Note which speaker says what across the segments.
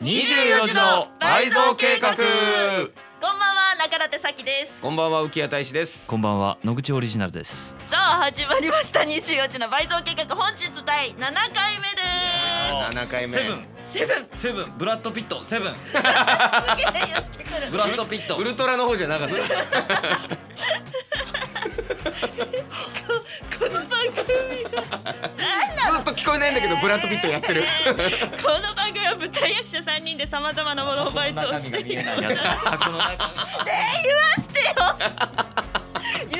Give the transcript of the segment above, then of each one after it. Speaker 1: 24時の埋蔵計画
Speaker 2: こんばんは中立咲です
Speaker 1: こんばんは浮谷大志です
Speaker 3: こんばんは野口オリジナルです
Speaker 2: さあ始まりました24時の倍増計画本日第7回目で
Speaker 1: 7回目
Speaker 3: セブン
Speaker 2: すセブン
Speaker 3: セブンブラッド・ピットセブン
Speaker 2: すげえやってく
Speaker 3: ブ
Speaker 2: る
Speaker 3: ラッド・ピット
Speaker 1: ウルトラの方じゃなかった
Speaker 2: この番組
Speaker 1: ずっと聞こえないんだけどブラッドピットやってる
Speaker 2: この番組は舞台役者3人でさまざまなものを倍増していく
Speaker 1: えな
Speaker 3: やった箱の中
Speaker 2: 言わし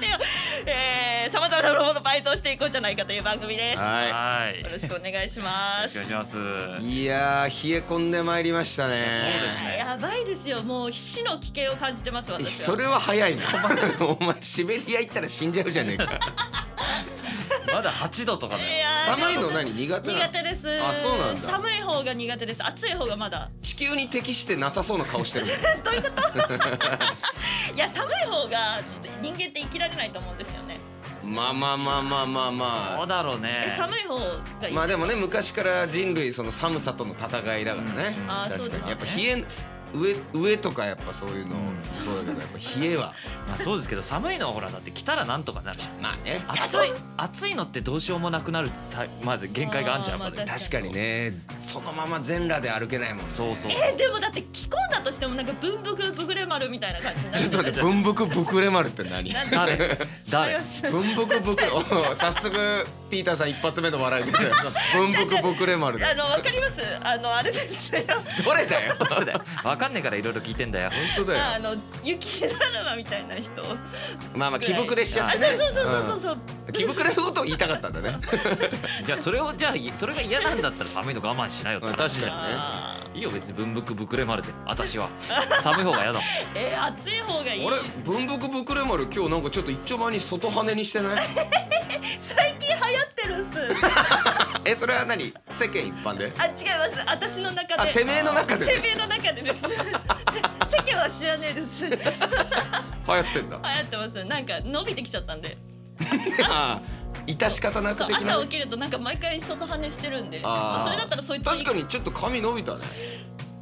Speaker 2: てよえーさまざまなものを倍増していこうじゃないかという番組ですよ
Speaker 1: は
Speaker 3: はいよ
Speaker 2: ろしくお願いしま
Speaker 3: ろし
Speaker 2: す
Speaker 3: くお願いします
Speaker 1: いいやー冷え込んでまいりましたね
Speaker 3: そうですね
Speaker 2: やばいですよもう死の危険を感じてます私は
Speaker 1: それは早いなお前シベリア行ったら死んじゃうじゃねえか
Speaker 3: まだ8度とかだよ
Speaker 2: やー
Speaker 1: 寒いの何苦手な
Speaker 2: 苦手です
Speaker 1: あそうなんだ
Speaker 2: 寒い方が苦手です暑い方がまだ
Speaker 1: 地球に適してなさそうな顔してる
Speaker 2: いや寒い方がちょっと人間って生きられないと思うんですよね
Speaker 1: まあまあまあまあまあま
Speaker 3: どう
Speaker 1: あ
Speaker 3: だろう
Speaker 2: え
Speaker 3: ね
Speaker 2: 寒い方がいい、
Speaker 1: まあでもね昔から人類その寒さとの戦いだからね、
Speaker 3: うん
Speaker 2: あーそ
Speaker 1: 確
Speaker 2: う
Speaker 1: か
Speaker 2: です
Speaker 1: に
Speaker 2: ね
Speaker 1: やっぱ冷え上上とかやっぱそういうの、
Speaker 3: うん
Speaker 1: そうだけどやっぱ冷えは
Speaker 3: まあそうですけど寒いのはほらだって来たらなんとかなるじゃん
Speaker 1: まあ ね
Speaker 3: 暑い暑いのってどうしようもなくなるたまで限界があんじゃん
Speaker 2: あー
Speaker 3: やっぱり
Speaker 2: まあ
Speaker 1: 確かにねそのまま全裸で歩けないもんね
Speaker 3: そうそう
Speaker 2: えーでもだって着込んだとしてもなんか文福ブグレ丸みたいな感じにな
Speaker 1: ちょ
Speaker 2: る
Speaker 1: っと待って文福ブクレ丸って何
Speaker 2: なんで
Speaker 3: 誰誰
Speaker 1: 文福ブクレおう早速ピーターさん一発目の笑い出てる文福ブクレ丸だ
Speaker 2: あのわかりますあのあれですよ
Speaker 1: どれだよ
Speaker 3: 誰だよわかんねえからいろいろ聞いてんだよ
Speaker 1: 本当だよ
Speaker 2: あの雪だるまみたいな人
Speaker 1: まあまあ気膨れしちゃっ
Speaker 2: あ
Speaker 1: て
Speaker 2: そう
Speaker 1: ね
Speaker 2: そうそうそうそう、
Speaker 1: うん気膨れのことを言いたかったんだね
Speaker 3: いやそれをじゃあそれが嫌なんだったら寒いの我慢しなよって
Speaker 1: うん確か
Speaker 3: 話
Speaker 1: にね
Speaker 2: あ
Speaker 3: いいよ別に文福ぶくれま るで私は寒い方が嫌だもん
Speaker 2: ーえー暑い方が
Speaker 1: あ
Speaker 2: い
Speaker 1: れ
Speaker 2: い
Speaker 1: 文福ブクレ丸今日なんかちょっと一丁前に外羽にしてない
Speaker 2: 最近流行ってるっす
Speaker 1: えそれは何世間一般で
Speaker 2: あ違います私の中
Speaker 1: あ
Speaker 2: で
Speaker 1: てめえの中で
Speaker 2: てめえの中でです 世間は知らねえです流
Speaker 1: 流
Speaker 2: 行
Speaker 1: 行ってん だ
Speaker 2: ってますなんか伸びてきちゃったんで
Speaker 1: ああ致し方なく
Speaker 2: そう
Speaker 1: 的
Speaker 2: 朝
Speaker 1: な
Speaker 2: 起きるとなんか毎回外跳ねしてるんでま
Speaker 1: あ
Speaker 2: あ
Speaker 1: あ
Speaker 2: それだったらそいつ
Speaker 1: 確かにちょっと髪伸 びたね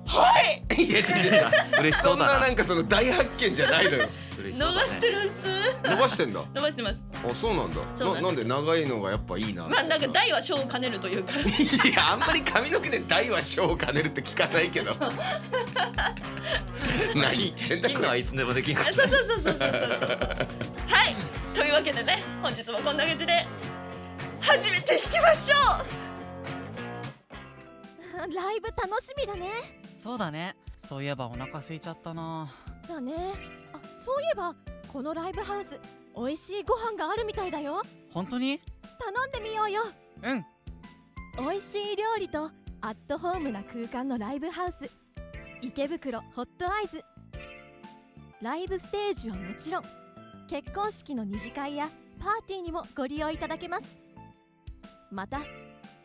Speaker 2: はい
Speaker 1: いや違う違う
Speaker 3: 嬉しそ
Speaker 1: そ
Speaker 3: うんだ
Speaker 1: なな
Speaker 3: なん
Speaker 1: かその大発見じゃないの よ
Speaker 3: 嬉しそ
Speaker 2: 伸
Speaker 3: うだね
Speaker 2: ばしてるんす
Speaker 1: 伸ばしてんだ
Speaker 2: 伸ばしてます
Speaker 1: あそうなんだ
Speaker 2: そ
Speaker 1: な
Speaker 2: うな
Speaker 1: なんん
Speaker 2: で
Speaker 1: で長いのがやっぱいいな
Speaker 2: まあなんか大は小を兼ねるというか
Speaker 1: いやあんまり髪の毛で大は小を兼ねるって聞かないけど 何言ってんだ
Speaker 3: 金の
Speaker 1: こ
Speaker 3: はいい
Speaker 1: つ
Speaker 3: つでもできんか
Speaker 2: あ
Speaker 3: ら
Speaker 2: そうそうそうそうそうそうそうはいというわけでね本日もこんな感じで始めていきましょう
Speaker 4: ライブ楽しみだね
Speaker 5: そうだねそういえばお腹空いちゃったな
Speaker 4: だねあそういえばこのライブハウス美味しいご飯があるみたいだよ
Speaker 5: 本当に
Speaker 4: 頼んでみようよ
Speaker 5: うん
Speaker 4: 美味しい料理とアットホームな空間のライブハウス池袋ホットアイズライブステージはもちろん結婚式の二次会やパーティーにもご利用いただけますまた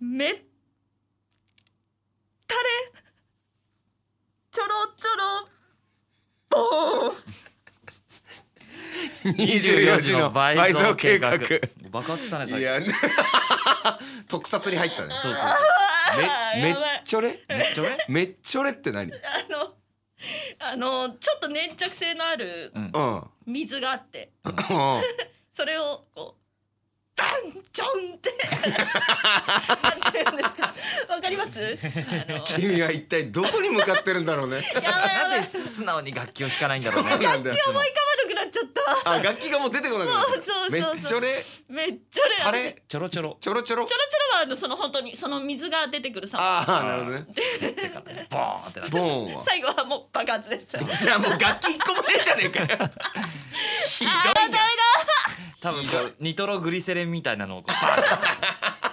Speaker 2: めったれちょろちょろぼーン
Speaker 1: 24時の倍増計画
Speaker 3: 爆発したね
Speaker 1: い
Speaker 3: 最近
Speaker 1: や特撮に入ったね
Speaker 3: そうそう
Speaker 2: あー
Speaker 1: めめっ
Speaker 2: やばい
Speaker 1: ちょれ
Speaker 3: めっちゃね
Speaker 1: めっちょれって何
Speaker 2: あのあのちょっと粘着性のある
Speaker 3: うん
Speaker 1: うん
Speaker 2: 水があって
Speaker 1: うん
Speaker 2: それをこうバンチョンってなんて言うんですかわかりますあの
Speaker 1: 君は一体どこに向かってるんだろうね
Speaker 2: やばいやば
Speaker 3: ない んで素直に楽器を弾かないんだろうね
Speaker 1: そうなんだよ
Speaker 3: 思い
Speaker 2: 悪くなっちゃった
Speaker 1: あ楽器がもう出てこなくなっ
Speaker 2: そうそうそう
Speaker 1: ためっち
Speaker 2: そ
Speaker 1: ゃ
Speaker 2: う
Speaker 1: れ
Speaker 2: めっちゃレア
Speaker 1: タレ
Speaker 3: ちょろちょろ
Speaker 1: ちょろちょろ
Speaker 2: ちょろちょろはあのその本当にその水が出てくるさ
Speaker 1: ああなるほどね
Speaker 3: ってからねボーンってなっ
Speaker 1: ボ
Speaker 3: て
Speaker 1: ーンは
Speaker 2: 最後はもう爆発ですあ
Speaker 1: じゃあもう楽器一個もねえじゃねえかよひど
Speaker 2: ーダ
Speaker 1: い
Speaker 2: メ
Speaker 1: な
Speaker 2: だ
Speaker 3: 多分こうニトログリセレンみたいな のをこうバーンっ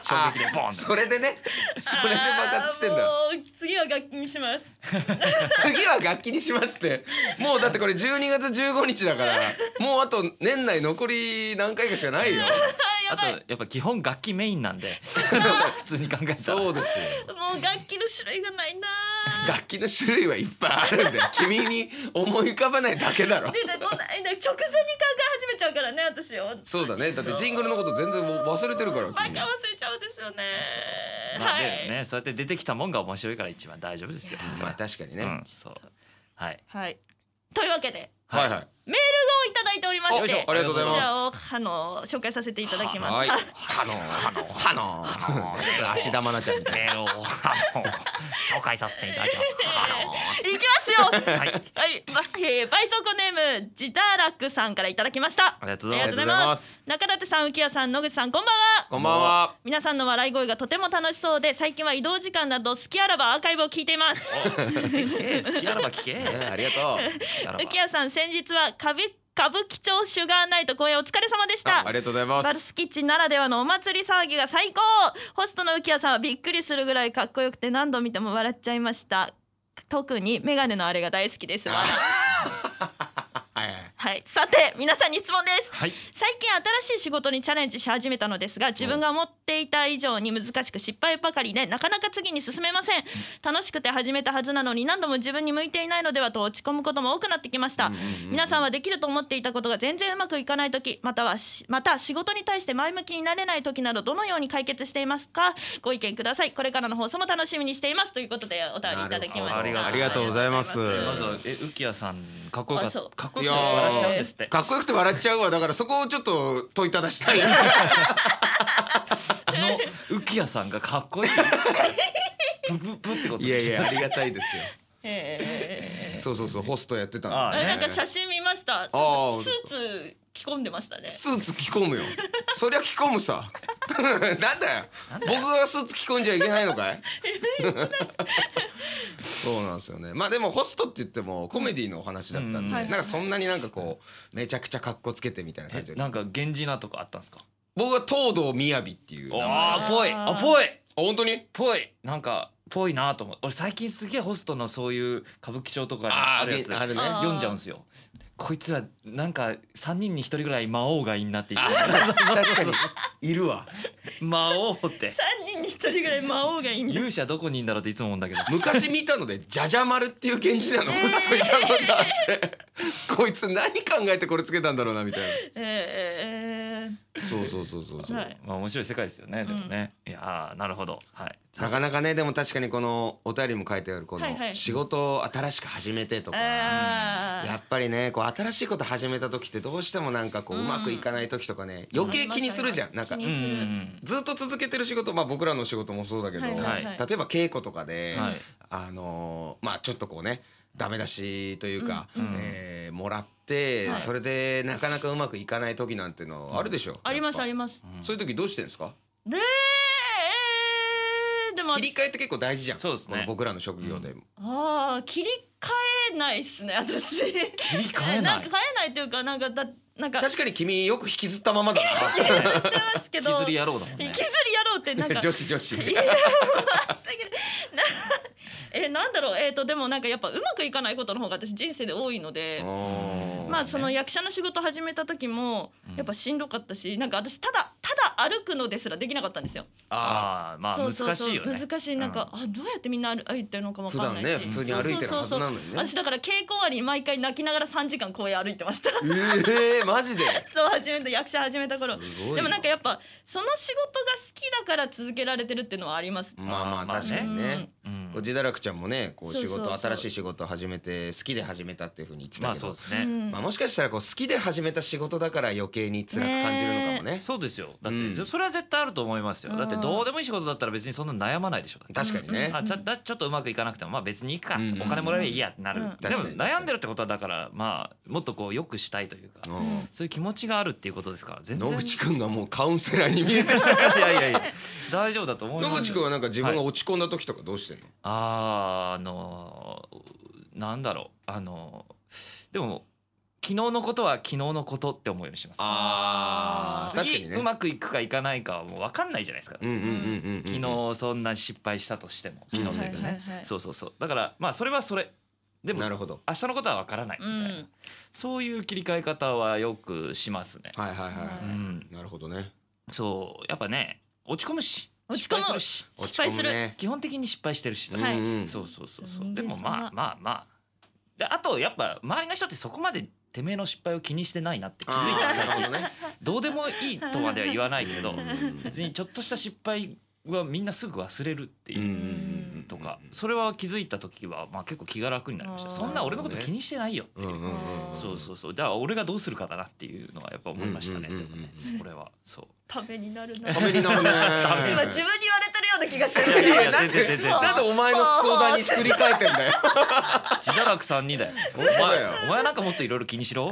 Speaker 3: て衝撃でボーンって
Speaker 1: それでねそれで爆発してんだ
Speaker 2: あーもう次は楽器にします
Speaker 1: 次は楽器にしますってもうだってこれ12月15日だからもうあと年内残り何回かしかないよ
Speaker 2: あ
Speaker 3: あ
Speaker 2: ーやばい
Speaker 3: とやっぱ基本楽器メインな んで普通に考えたら
Speaker 1: そうですよ
Speaker 2: もう楽器の種類がないな ー
Speaker 1: 楽器の種類はいっぱいあるんだよ君に思い浮かばないだけだろ
Speaker 2: ででもうないな直前に考え始めちゃうからね私を
Speaker 1: そうだねだってジングルのこと全然忘れてるから
Speaker 2: 毎
Speaker 1: 君
Speaker 2: 回忘れちゃうんですよね
Speaker 3: まあ
Speaker 2: はい、
Speaker 3: でねそうやって出てきたもんが面白いから一番大丈夫ですよ。
Speaker 1: まあ確かに
Speaker 3: う
Speaker 1: ね、
Speaker 3: ん、そうはい
Speaker 2: はいというわけで
Speaker 1: はいはい
Speaker 2: メールをいただいておりま
Speaker 1: おい
Speaker 2: し
Speaker 1: しょ
Speaker 2: て
Speaker 1: ありがとうござい
Speaker 2: こち
Speaker 1: ま
Speaker 2: らをあの紹介させていただきます。
Speaker 1: はい
Speaker 2: あ
Speaker 1: ハノーハノーハノー芦田愛菜ちゃんみたいな
Speaker 3: メールをあの紹介させていただきます。
Speaker 2: いきますよ。
Speaker 3: はい、あり
Speaker 2: はい、 ばえー、倍速ネームジダラクさんからいただきました。
Speaker 3: がとう
Speaker 2: あ
Speaker 3: ご
Speaker 2: りがとう
Speaker 3: ざいます
Speaker 2: ございます。中立さん、浮谷さん、野口さん、こんばんは。
Speaker 1: こんばんは
Speaker 2: 皆さんの笑い声がとても楽しそうで、最近は移動時間など好きあらばアーカイブを聞いています。
Speaker 3: えー好きならば聞け。
Speaker 1: うんありがとう
Speaker 3: ならば
Speaker 2: 浮谷さん、先日は歌舞歌舞伎町シュガーナイト公演お疲れ様でし
Speaker 1: あ
Speaker 2: た
Speaker 1: あ。りがとうございま
Speaker 2: バル
Speaker 1: す
Speaker 2: スキッチンならではのお祭り騒ぎが最高ホストの浮谷さんはびっくりするぐらいかっこよくて何度見ても笑っちゃいました特にメガネのあれが大好きですわ
Speaker 1: はいはい
Speaker 2: はい、さて皆さんに質問です
Speaker 3: はい、
Speaker 2: 最近新しい仕事にチャレンジし始めたのですが自分が思っていた以上に難しく失敗ばかりでなかなか次に進めません楽しくて始めたはずなのに何度も自分に向いていないのではと落ち込むことも多くなってきました、
Speaker 1: うんうんうんうん
Speaker 2: 皆さんはできると思っていたことが全然うまくいかない時またはしまた仕事に対して前向きになれない時などどのように解決していますかご意見くださいこれからの放送も楽しみにしていますということでお便りいただきました
Speaker 3: なるほど
Speaker 1: ありがとうございます
Speaker 3: まずはえ浮谷さんかっこよかっ
Speaker 2: あそ
Speaker 3: た
Speaker 2: う
Speaker 3: かっこよくて笑っちゃうんですって。
Speaker 1: かっこよくて笑っちゃうわだからそこをちょっと問いただ したい
Speaker 3: あの浮谷さんがかっこいい。ブブブってこと
Speaker 1: い
Speaker 3: で
Speaker 1: や
Speaker 3: す
Speaker 1: い
Speaker 3: ね
Speaker 1: やありがたいですよ
Speaker 2: えー
Speaker 1: そうそうそうホストやってたんで
Speaker 3: ああ
Speaker 2: え
Speaker 3: ね
Speaker 2: なんか写真見ました。
Speaker 1: ー
Speaker 2: スーツ着込んでましたね。
Speaker 1: スーツ着込むよ そりゃ着込むさなんだよ僕がスーツ着込んじゃいけないのかい そうなんですよねまあでもホストって言ってもコメディのお話だった
Speaker 3: うんん
Speaker 1: で
Speaker 2: は
Speaker 1: ないんかそんなになんかこうめちゃくちゃ格好つけてみたいな感じ
Speaker 3: え
Speaker 1: で
Speaker 3: なんか源氏なとこあったんですか。
Speaker 1: 僕は東堂みやびっていう名前あ
Speaker 3: ああぽいあぽい
Speaker 1: 本当に
Speaker 3: ぽいなんかぽいなと思う。俺最近すげえホストのそういう歌舞伎町とかに
Speaker 1: あ
Speaker 3: あ
Speaker 1: あ
Speaker 3: るや
Speaker 1: げ
Speaker 3: つ
Speaker 1: あるね
Speaker 2: あー
Speaker 3: 読んじゃうんですよ。こいつらなんか三人に一人ぐらい魔王がいいなって言っ
Speaker 1: あ
Speaker 3: て
Speaker 1: 確かにいるわ
Speaker 3: る 魔王って
Speaker 2: 三人に一人ぐらい魔王がいいんだ。
Speaker 3: 勇者どこにいんだろうっていつも思うんだけど。
Speaker 1: 昔見たのでじゃじゃ丸っていう源氏なのホストいたことあってこいつ何考えてこれつけたんだろうなみたいな
Speaker 2: えー
Speaker 1: そうそうそうそうそう、
Speaker 2: はい
Speaker 3: まあ面白い世界ですよね。でもね、いやーなるほどはい。
Speaker 1: なかなかねでも確かにこのお便りも書いてあるこの
Speaker 2: はいはい
Speaker 1: 仕事を新しく始めてとか、
Speaker 2: あー
Speaker 1: やっぱりねこう新しいこと始めた時ってどうしてもなんかこう
Speaker 2: う
Speaker 1: うんまくいかない時とかね余計気にするじゃんなんか
Speaker 2: 気に
Speaker 3: うんう
Speaker 2: する
Speaker 3: ん
Speaker 1: ずっと続けてる仕事まあ僕らの仕事もそうだけど、
Speaker 2: はい
Speaker 3: はい
Speaker 2: はい
Speaker 1: 例えば稽古とかで、
Speaker 3: はい
Speaker 1: あのーまあちょっとこうねダメ出しというか、
Speaker 3: うんうん
Speaker 1: えーもらって、
Speaker 2: はい
Speaker 1: それでなかなかうまくいかない時なんてのあるでしょ、
Speaker 2: ありますあり
Speaker 1: ま
Speaker 2: ます。
Speaker 3: うん。
Speaker 1: そういう時どうしてるんですか
Speaker 2: ねえーでも
Speaker 1: 切り替えって結構大事じゃん
Speaker 3: そうですね
Speaker 1: この僕らの職業で、
Speaker 3: う
Speaker 2: ああ切り替えないっすね私。
Speaker 3: 切り替え
Speaker 2: な
Speaker 3: なんい
Speaker 2: か。変えないというかなんかだなんか
Speaker 1: 確かに君よく引きずったままだな
Speaker 2: ですけ
Speaker 3: 引
Speaker 2: ど。
Speaker 3: きずり野郎だもん
Speaker 2: 引
Speaker 3: ね
Speaker 2: き。ずりやろうってなん か
Speaker 1: 女子女子
Speaker 2: いやすぎるな えなんだろうえっ、とでもなんかやっぱうまくいかないことの方が私人生で多いので。
Speaker 1: おー
Speaker 2: まあその役者の仕事始めた時も
Speaker 3: うん
Speaker 2: やっぱしんどかったし、なんか私ただただ歩くのですらできなかったんですよ。
Speaker 1: あ
Speaker 3: ああまあ
Speaker 2: そう
Speaker 3: 難
Speaker 2: そうそ
Speaker 3: し
Speaker 2: う
Speaker 3: いよね。
Speaker 2: 難しいなんか、あどうやってみんな歩いてるのかも
Speaker 1: ー
Speaker 2: わ
Speaker 1: 普
Speaker 2: か
Speaker 1: 段
Speaker 2: んないし。
Speaker 1: ね普通に歩いてるはずなのにね
Speaker 2: 私だから稽古終わりに毎回泣きながら3時間公園歩いてました。
Speaker 1: ええー、マジで
Speaker 2: そう始めた役者始めた頃。
Speaker 1: すごいわ
Speaker 2: でもなんかやっぱその仕事が好きだから続けられてるっていうのはあります。
Speaker 1: まあま
Speaker 3: あ
Speaker 1: あ
Speaker 3: ー
Speaker 1: 確かにね、
Speaker 3: うん
Speaker 1: こう自堕落ちゃんもねこう仕事
Speaker 2: そうそうそう
Speaker 1: 新しい仕事を始めて好きで始めたっていうふうに言って
Speaker 3: ま
Speaker 1: た
Speaker 3: あ
Speaker 1: け
Speaker 3: そう
Speaker 1: ど
Speaker 3: で、す
Speaker 2: う
Speaker 3: ね。
Speaker 2: ん
Speaker 1: まあ、もしかしたらこう好きで始めた仕事だから余計に辛く感じるのかもね
Speaker 3: そうですよ。だって
Speaker 1: ううん
Speaker 3: そそれは絶対あると思いますよ
Speaker 2: うん
Speaker 3: だってどうでもいい仕事だったら別にそんな悩まないでしょだって
Speaker 1: 確かにね
Speaker 3: あちょだちょっとうまくいかなくてもまあ別にいいか、
Speaker 1: うん
Speaker 3: お金もらえばいいやってなる、
Speaker 2: うん
Speaker 3: で
Speaker 1: 確
Speaker 3: も
Speaker 1: かに
Speaker 3: 悩んでるってことはだからまあもっとこうよくしたいというか、
Speaker 1: うん
Speaker 3: そういう気持ちがあるって いうことですから全然
Speaker 1: 野口くんがもうカウンセラーに見え てきた
Speaker 3: いやいやいや大丈夫だと思い
Speaker 1: 野
Speaker 3: ます
Speaker 1: 口くんはなんか自分が落ち込んだ時とかどうしてんの、
Speaker 3: あーあのーなんだろうあのーでも昨日のことは昨日のことって思うようにしてます
Speaker 1: あー確か
Speaker 3: 次
Speaker 1: にね
Speaker 3: うまくいくかいかないかはもう分かんないじゃないですか、
Speaker 1: うんうんうんうんうん
Speaker 3: 昨日そんな失敗したとしても昨日というかね、
Speaker 2: はいはいはい
Speaker 3: そうそうそうだからまあそれはそれでも
Speaker 1: な
Speaker 3: 明
Speaker 1: るほど
Speaker 3: 日のことは分からないみ
Speaker 2: う
Speaker 3: たいな、
Speaker 2: ん
Speaker 3: そういう切り替え方はよくしますね、
Speaker 1: はいはいはい、
Speaker 3: う
Speaker 2: うん
Speaker 3: ん、
Speaker 1: なるほどね
Speaker 3: そうやっぱね落ち込むし
Speaker 2: 落ち込む
Speaker 3: 失敗するし
Speaker 1: 落
Speaker 2: 失
Speaker 1: ち込
Speaker 2: 敗
Speaker 1: む
Speaker 2: する
Speaker 1: ね
Speaker 3: 基本的に失敗してるし、
Speaker 2: はい
Speaker 1: うんうん
Speaker 3: そうそうそう
Speaker 2: 人
Speaker 3: そう
Speaker 2: 間
Speaker 3: でも
Speaker 2: 様
Speaker 3: まあまあまあであとやっぱ周りの人ってそこまでてめえの失敗を気にしてないなって気づい
Speaker 1: あー
Speaker 3: た
Speaker 1: なる
Speaker 3: 最
Speaker 1: ほ
Speaker 3: 近
Speaker 1: どね
Speaker 3: どうでもいいとまでは言わないけ
Speaker 1: う
Speaker 3: ど
Speaker 1: んうん
Speaker 3: 別にちょっとした失敗はみんなすぐ忘れるって
Speaker 1: うんう
Speaker 3: いうん
Speaker 1: うん
Speaker 3: とかそれは気づいた時はまあ結構気が楽になりました
Speaker 2: あー
Speaker 3: そんな俺のこと気にしてないよ
Speaker 1: うんうんうんうん
Speaker 3: そうそうそうだから俺がどうするかだなっていうのはやっぱ思いましたね
Speaker 1: うん
Speaker 3: で
Speaker 1: うんうん
Speaker 3: もねこれはそう
Speaker 2: ためになるな
Speaker 1: ためになるね
Speaker 2: 今自分に言われてるような気が する
Speaker 1: いやいや
Speaker 3: いや
Speaker 1: なんで
Speaker 3: 全然全然
Speaker 1: なんでお前の相談にすり替えてんだよ
Speaker 3: 自堕落さんにだよお
Speaker 1: そうだ
Speaker 3: 前
Speaker 1: よ
Speaker 3: お前なんかもっといろいろ気にしろ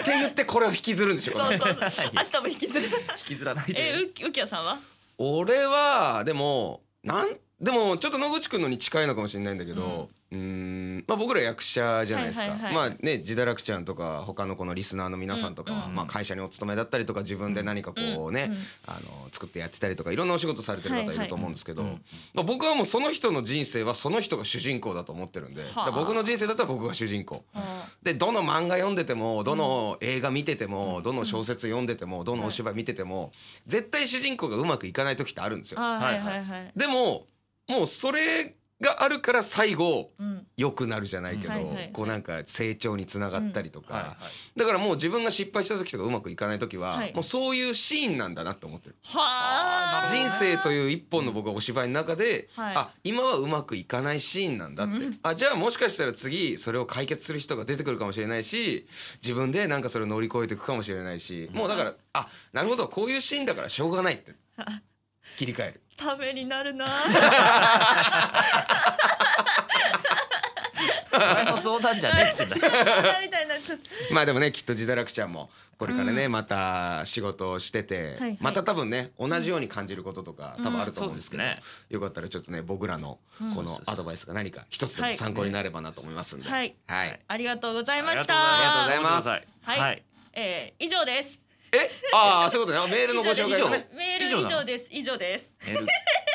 Speaker 1: って言ってこれを引きずるんでしょこれ
Speaker 2: そうそうそう明日も引きずる
Speaker 3: 引きずらない
Speaker 2: え
Speaker 3: で
Speaker 2: うきうきやさんは
Speaker 1: 俺はでもなんでもちょっと野口くんのに近いのかもしれないんだけど、うーん、まあ僕ら役者じゃないですか、
Speaker 2: はいはいはい
Speaker 1: まあね自堕落ちゃんとか他のこのリスナーの皆さんとかは、
Speaker 3: うん
Speaker 1: まあ会社にお勤めだったりとか自分で何かこうね、
Speaker 2: うん
Speaker 1: あの作ってやってたりとかいろんなお仕事されてる方いると思うんですけど、
Speaker 3: はいはい
Speaker 1: まあ、僕はもうその人の人生はその人が主人公だと思ってるんで、
Speaker 2: はあ
Speaker 1: だから僕の人生だったら僕が主人公。
Speaker 2: あ
Speaker 1: でどの漫画読んでてもどの映画見てても、どの小説読んでてもどのお芝居見てても、絶対主人公がうまくいかない時ってあるんですよ。
Speaker 2: ーはい
Speaker 3: は
Speaker 2: はいいはい
Speaker 1: でももうそれがあるから最後
Speaker 2: うん
Speaker 1: 良くなるじゃないけど、
Speaker 2: うんはいはい
Speaker 1: こうなんか成長につながったりとか、
Speaker 3: はいはい
Speaker 1: だからもう自分が失敗した時とかうまくいかない時は、
Speaker 2: はい
Speaker 1: もうそういうシーンなんだなって思ってる。
Speaker 2: はあ
Speaker 3: あーな
Speaker 1: 人生と
Speaker 2: う
Speaker 1: いう一本の僕はお芝居の中で、
Speaker 2: はい
Speaker 1: あ今はうまくいかないシーンなんだって、
Speaker 2: うん
Speaker 1: あじゃあもしかしたら次それを解決する人が出てくるかもしれないし自分でなんかそれを乗り越えていくかもしれないし、もうだからあなるほどこういうシーンだからしょうがないって
Speaker 2: あ
Speaker 1: 切り替える。
Speaker 2: ためになるな
Speaker 3: お前の相談じゃねえ っつってんだ
Speaker 2: みたいになっちゃった
Speaker 1: まあでもねきっと自堕落ちゃんもこれからね、
Speaker 2: う
Speaker 1: また仕事をしてて、
Speaker 2: はいはい
Speaker 1: また多分ね同じように感じることとか多分あると思うんですけど、
Speaker 3: うんそうです
Speaker 1: よかったらちょっとね僕らの
Speaker 2: うん
Speaker 1: このアドバイスが何か一つでも参考になればなと思いますんで。
Speaker 2: はい
Speaker 1: はい、
Speaker 2: ありがとうございました
Speaker 1: ありがとうございます
Speaker 2: はい
Speaker 3: はい。
Speaker 2: えー以上です
Speaker 1: え ああそういうことねメールのご紹介がね。
Speaker 2: メール以
Speaker 3: 以上な
Speaker 2: 上
Speaker 3: の
Speaker 2: です以上です
Speaker 3: メール、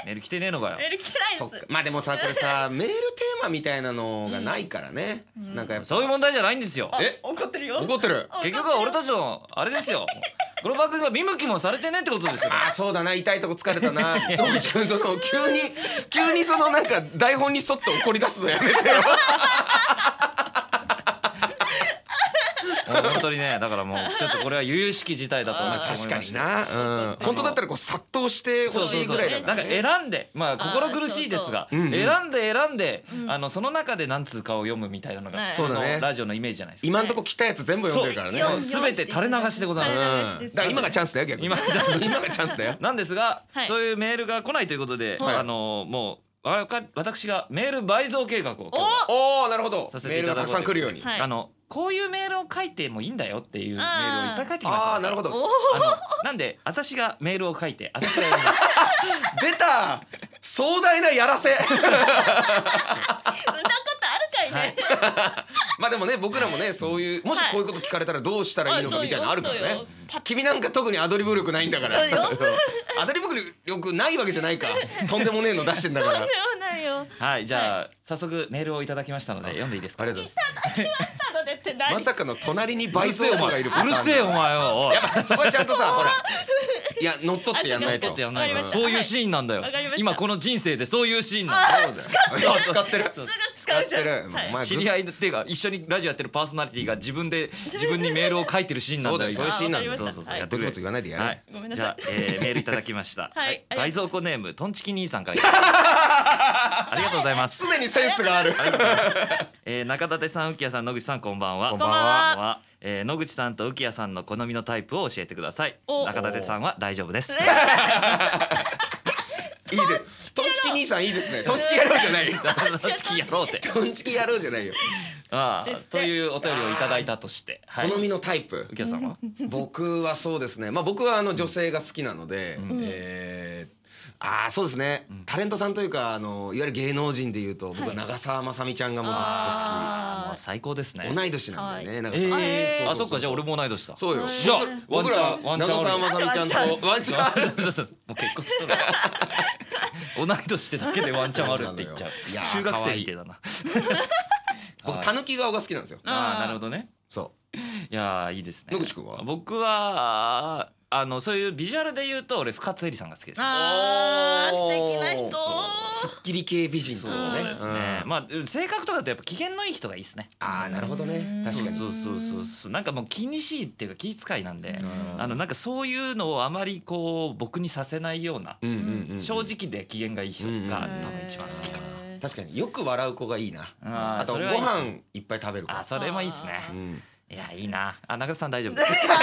Speaker 3: メール来てねえのかよ
Speaker 2: メ。ール来てない
Speaker 1: そ
Speaker 2: で
Speaker 1: っか
Speaker 2: す
Speaker 1: まあでもさこれさメールテーマみたいなのがないからね、なんかやっぱ
Speaker 3: そういう問題じゃないんですよ。
Speaker 2: あ
Speaker 1: え
Speaker 2: 怒ってるよ
Speaker 1: 怒ってる
Speaker 2: あ
Speaker 3: 結局は俺たちの、あれですよ。この番組は見向きもされてねえってことですよ。
Speaker 1: あーそうだな痛いとこ疲れた な野口君その急に急にそのなんか台本に沿って怒り出すのやめ てよ
Speaker 3: もう本当にね、だからもう、ちょっとこれは由々しき事態だと思
Speaker 1: ま
Speaker 3: い
Speaker 1: あ
Speaker 3: ま
Speaker 1: 確
Speaker 3: し
Speaker 1: か
Speaker 3: た。
Speaker 1: にな、うん、本当だったらこう殺到してほ
Speaker 3: そうそ
Speaker 1: し
Speaker 3: う
Speaker 1: い
Speaker 3: そ
Speaker 1: ぐ
Speaker 3: う
Speaker 1: らいだ
Speaker 3: な
Speaker 1: か
Speaker 3: ん
Speaker 1: ら、
Speaker 3: か
Speaker 1: ね、
Speaker 3: 選んでまあ心苦しいですが
Speaker 2: あ
Speaker 1: ーそうそう
Speaker 3: 選んで選んで、
Speaker 2: うん
Speaker 3: あのその中で何通かを読むみたいなの
Speaker 2: は
Speaker 3: が
Speaker 2: い
Speaker 1: そうだね
Speaker 3: このラジオのイメージじゃないですか
Speaker 1: 今んとこ来たやつ全部読んでるからね
Speaker 3: そううも全て垂れ流しでございます
Speaker 2: 垂れ流
Speaker 1: ん
Speaker 2: しです
Speaker 1: だから今がチャンスだよ逆に
Speaker 3: 今がチャ ン
Speaker 1: 今がチャンス だよ
Speaker 3: なんですが、
Speaker 2: はい
Speaker 3: そういうメールが来ないということで、
Speaker 1: はい
Speaker 3: あのもうわか私がメール倍増計画を今日
Speaker 2: お
Speaker 1: おおなるほど
Speaker 3: させ
Speaker 1: メ
Speaker 3: て
Speaker 1: ー
Speaker 3: い
Speaker 1: ルが
Speaker 3: ただ
Speaker 1: た
Speaker 3: こ
Speaker 1: く
Speaker 3: う
Speaker 1: さん来るように、
Speaker 2: とはい
Speaker 3: あのこういうメールを書いてもいいんだよっていうメールをいっぱい書いてきました
Speaker 1: ああなるほど
Speaker 2: お
Speaker 3: あのなんで私がメールを書いて私が読みます
Speaker 1: 出た壮大なやらせ
Speaker 2: そんなことあるかいね、
Speaker 1: まあでもね僕らもねそういうもしこういうこと聞かれたらどうしたらいいのかみたいなのあるから
Speaker 2: そう
Speaker 1: ね
Speaker 2: よパッ
Speaker 1: 君なんか特にアドリブ力ないんだから
Speaker 2: そうよ
Speaker 1: アドリブ力ないわけじゃない かとんでもねえの出してんだか
Speaker 2: と
Speaker 1: ら
Speaker 2: んでもないよ
Speaker 3: はいじゃあ、早速メールをいただきましたので読んでいいですか
Speaker 1: ありがとうございます
Speaker 2: ただでって何
Speaker 1: まさかの隣に倍増音がいる
Speaker 3: うるせえお前をおい
Speaker 1: やっぱそこはちゃんとさほらいや乗っ取ってやんない
Speaker 2: あ
Speaker 1: と
Speaker 2: そ
Speaker 3: ち
Speaker 2: うか
Speaker 3: ょっとやんない
Speaker 1: わかりました
Speaker 3: とそういうシーンなんだよ
Speaker 2: はいわかりました
Speaker 3: 今この人生でそういうシーンなん
Speaker 1: そうだよいや使ってる
Speaker 2: すぐ使うじゃ
Speaker 1: 使っ
Speaker 2: ん
Speaker 1: てる
Speaker 2: はい
Speaker 1: お前
Speaker 3: だ知り合いっていうか一緒にラジオやってるパーソナリティが自分で自分にメールを書いてるシーンなんだよ
Speaker 1: そうだよそういうシーンなんだよ
Speaker 3: そうそうそう
Speaker 2: はい
Speaker 3: やって
Speaker 1: ブツ
Speaker 3: くれ
Speaker 1: ブツ言わないでやれ、
Speaker 3: はい
Speaker 2: ごめんな
Speaker 3: じ
Speaker 2: さ
Speaker 3: ゃ
Speaker 2: い
Speaker 3: あ、えー、メールいただきました。
Speaker 2: はいありがとう
Speaker 3: 倍蔵庫ネームとんちき兄さんからいただ きました。ありがとうございます。
Speaker 1: 常にセンスがある
Speaker 3: えー、中立さん、浮谷さん、野口さん、こんばんは。
Speaker 1: こん
Speaker 2: ばんは
Speaker 3: こんばんは。えー野口さんと浮谷さんの好みのタイプを教えてください
Speaker 2: お
Speaker 3: 中立さんは大丈夫で す
Speaker 1: いいですトンチキ兄さんいいですねトンチキ野郎じゃないよ
Speaker 3: 楽しきやろうって
Speaker 1: トンチキ野郎じゃないよ
Speaker 3: あ
Speaker 2: で
Speaker 3: あ
Speaker 2: すって
Speaker 3: というお便りをいただいたとしてはい
Speaker 1: 好
Speaker 3: 浮
Speaker 1: みのタイプ
Speaker 3: 谷さんは
Speaker 1: 僕はそうですねまあ僕はあの女性が好きなので、
Speaker 3: うん
Speaker 1: えーああそうですね、
Speaker 3: うん
Speaker 1: タレントさんというかあのいわゆる芸能人でいうと僕
Speaker 2: は
Speaker 1: はい長澤まさみちゃんがもうずっ
Speaker 2: あー
Speaker 3: もう最高です
Speaker 1: と好
Speaker 3: ね
Speaker 1: き、同い年なんだよね、
Speaker 3: え
Speaker 1: 長澤
Speaker 3: ー
Speaker 1: ま
Speaker 3: あそっかじゃあ俺も同い年だ
Speaker 1: そうよ
Speaker 2: はい
Speaker 3: じゃあワン
Speaker 1: 僕
Speaker 3: チャ
Speaker 1: ら
Speaker 3: ンワンチャン
Speaker 1: 長
Speaker 3: 俺
Speaker 1: 澤まさみちゃんとワンチャン
Speaker 3: そうそうそうもう結婚しとる同い年ってだけでワンチャンあるって言っちゃう
Speaker 1: いやー
Speaker 3: 中学生みてえだな
Speaker 1: 僕
Speaker 3: はい
Speaker 1: たぬき顔が好きなんですよ
Speaker 3: ああなるほどね
Speaker 1: そ
Speaker 3: いやーいいですね
Speaker 1: 野口君は
Speaker 3: 僕はあのそういうビジュアルで言うと俺深津絵里さんが好きですね
Speaker 2: あー
Speaker 1: お
Speaker 2: 素
Speaker 1: ー
Speaker 2: 敵な人
Speaker 1: うすっきり系美人と
Speaker 3: そ
Speaker 1: いう
Speaker 3: う
Speaker 1: ね
Speaker 3: ですね、
Speaker 1: うん
Speaker 3: まあ性格とかだとやっぱ機嫌のいい人がいいですね
Speaker 1: ああなるほどね確かに
Speaker 3: そうそうそうそうそうなんかもう気にしいっていうか気遣いなんで、
Speaker 1: うん
Speaker 3: あのなんかそういうのをあまりこう僕にさせないような、
Speaker 1: うんうんうんうん
Speaker 3: 正直で機嫌がいい人
Speaker 1: うんうん
Speaker 3: が多
Speaker 1: ー
Speaker 3: 分一番好きかな、
Speaker 2: へー
Speaker 1: 確かによく笑う子がいいな
Speaker 3: あー
Speaker 1: あと
Speaker 3: そ
Speaker 1: ご
Speaker 3: れはいいです
Speaker 1: 飯いっぱい食べる子
Speaker 3: あそれもいいです
Speaker 1: う
Speaker 3: ね
Speaker 1: ん
Speaker 3: いやいいなあ中田さん大丈夫です
Speaker 1: じゃ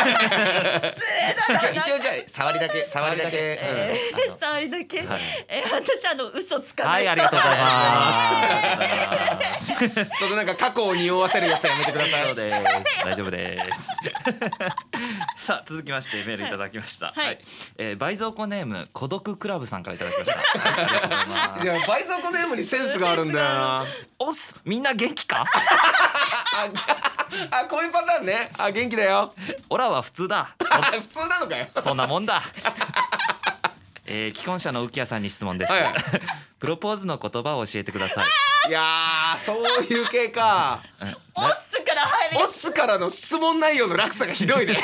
Speaker 1: あ一応じ ゃあ触りだけ触りだけ
Speaker 3: 触りだけ
Speaker 1: うん
Speaker 3: あの
Speaker 2: 触りだけ、
Speaker 3: はい、
Speaker 2: え私あの嘘つか
Speaker 3: は
Speaker 2: ない
Speaker 3: い、
Speaker 2: 人、
Speaker 3: ありがとうございます
Speaker 1: そのなんか過去を匂わせるやつやめてくださ
Speaker 3: そう
Speaker 1: い
Speaker 3: です大丈夫です さあ続きましてメールいただきました、
Speaker 2: はい
Speaker 3: えー倍増子ネーム孤独クラブさんからいただき ましたありがとうございます
Speaker 1: いや倍増コネームにセンスがあるんだよな
Speaker 3: おっすみんな元気か
Speaker 1: あこういうパターンねあ元気だよ
Speaker 3: オラは普通だ
Speaker 1: あ普通なのかよ
Speaker 3: そそんなもんだえー既婚者の浮谷さんに質問です、
Speaker 1: はいはい
Speaker 3: プロポーズの言葉を教えてくださ い
Speaker 1: いやーそういう系 か
Speaker 2: オッスから入る
Speaker 1: ボスからの質問内容の落差がひどいね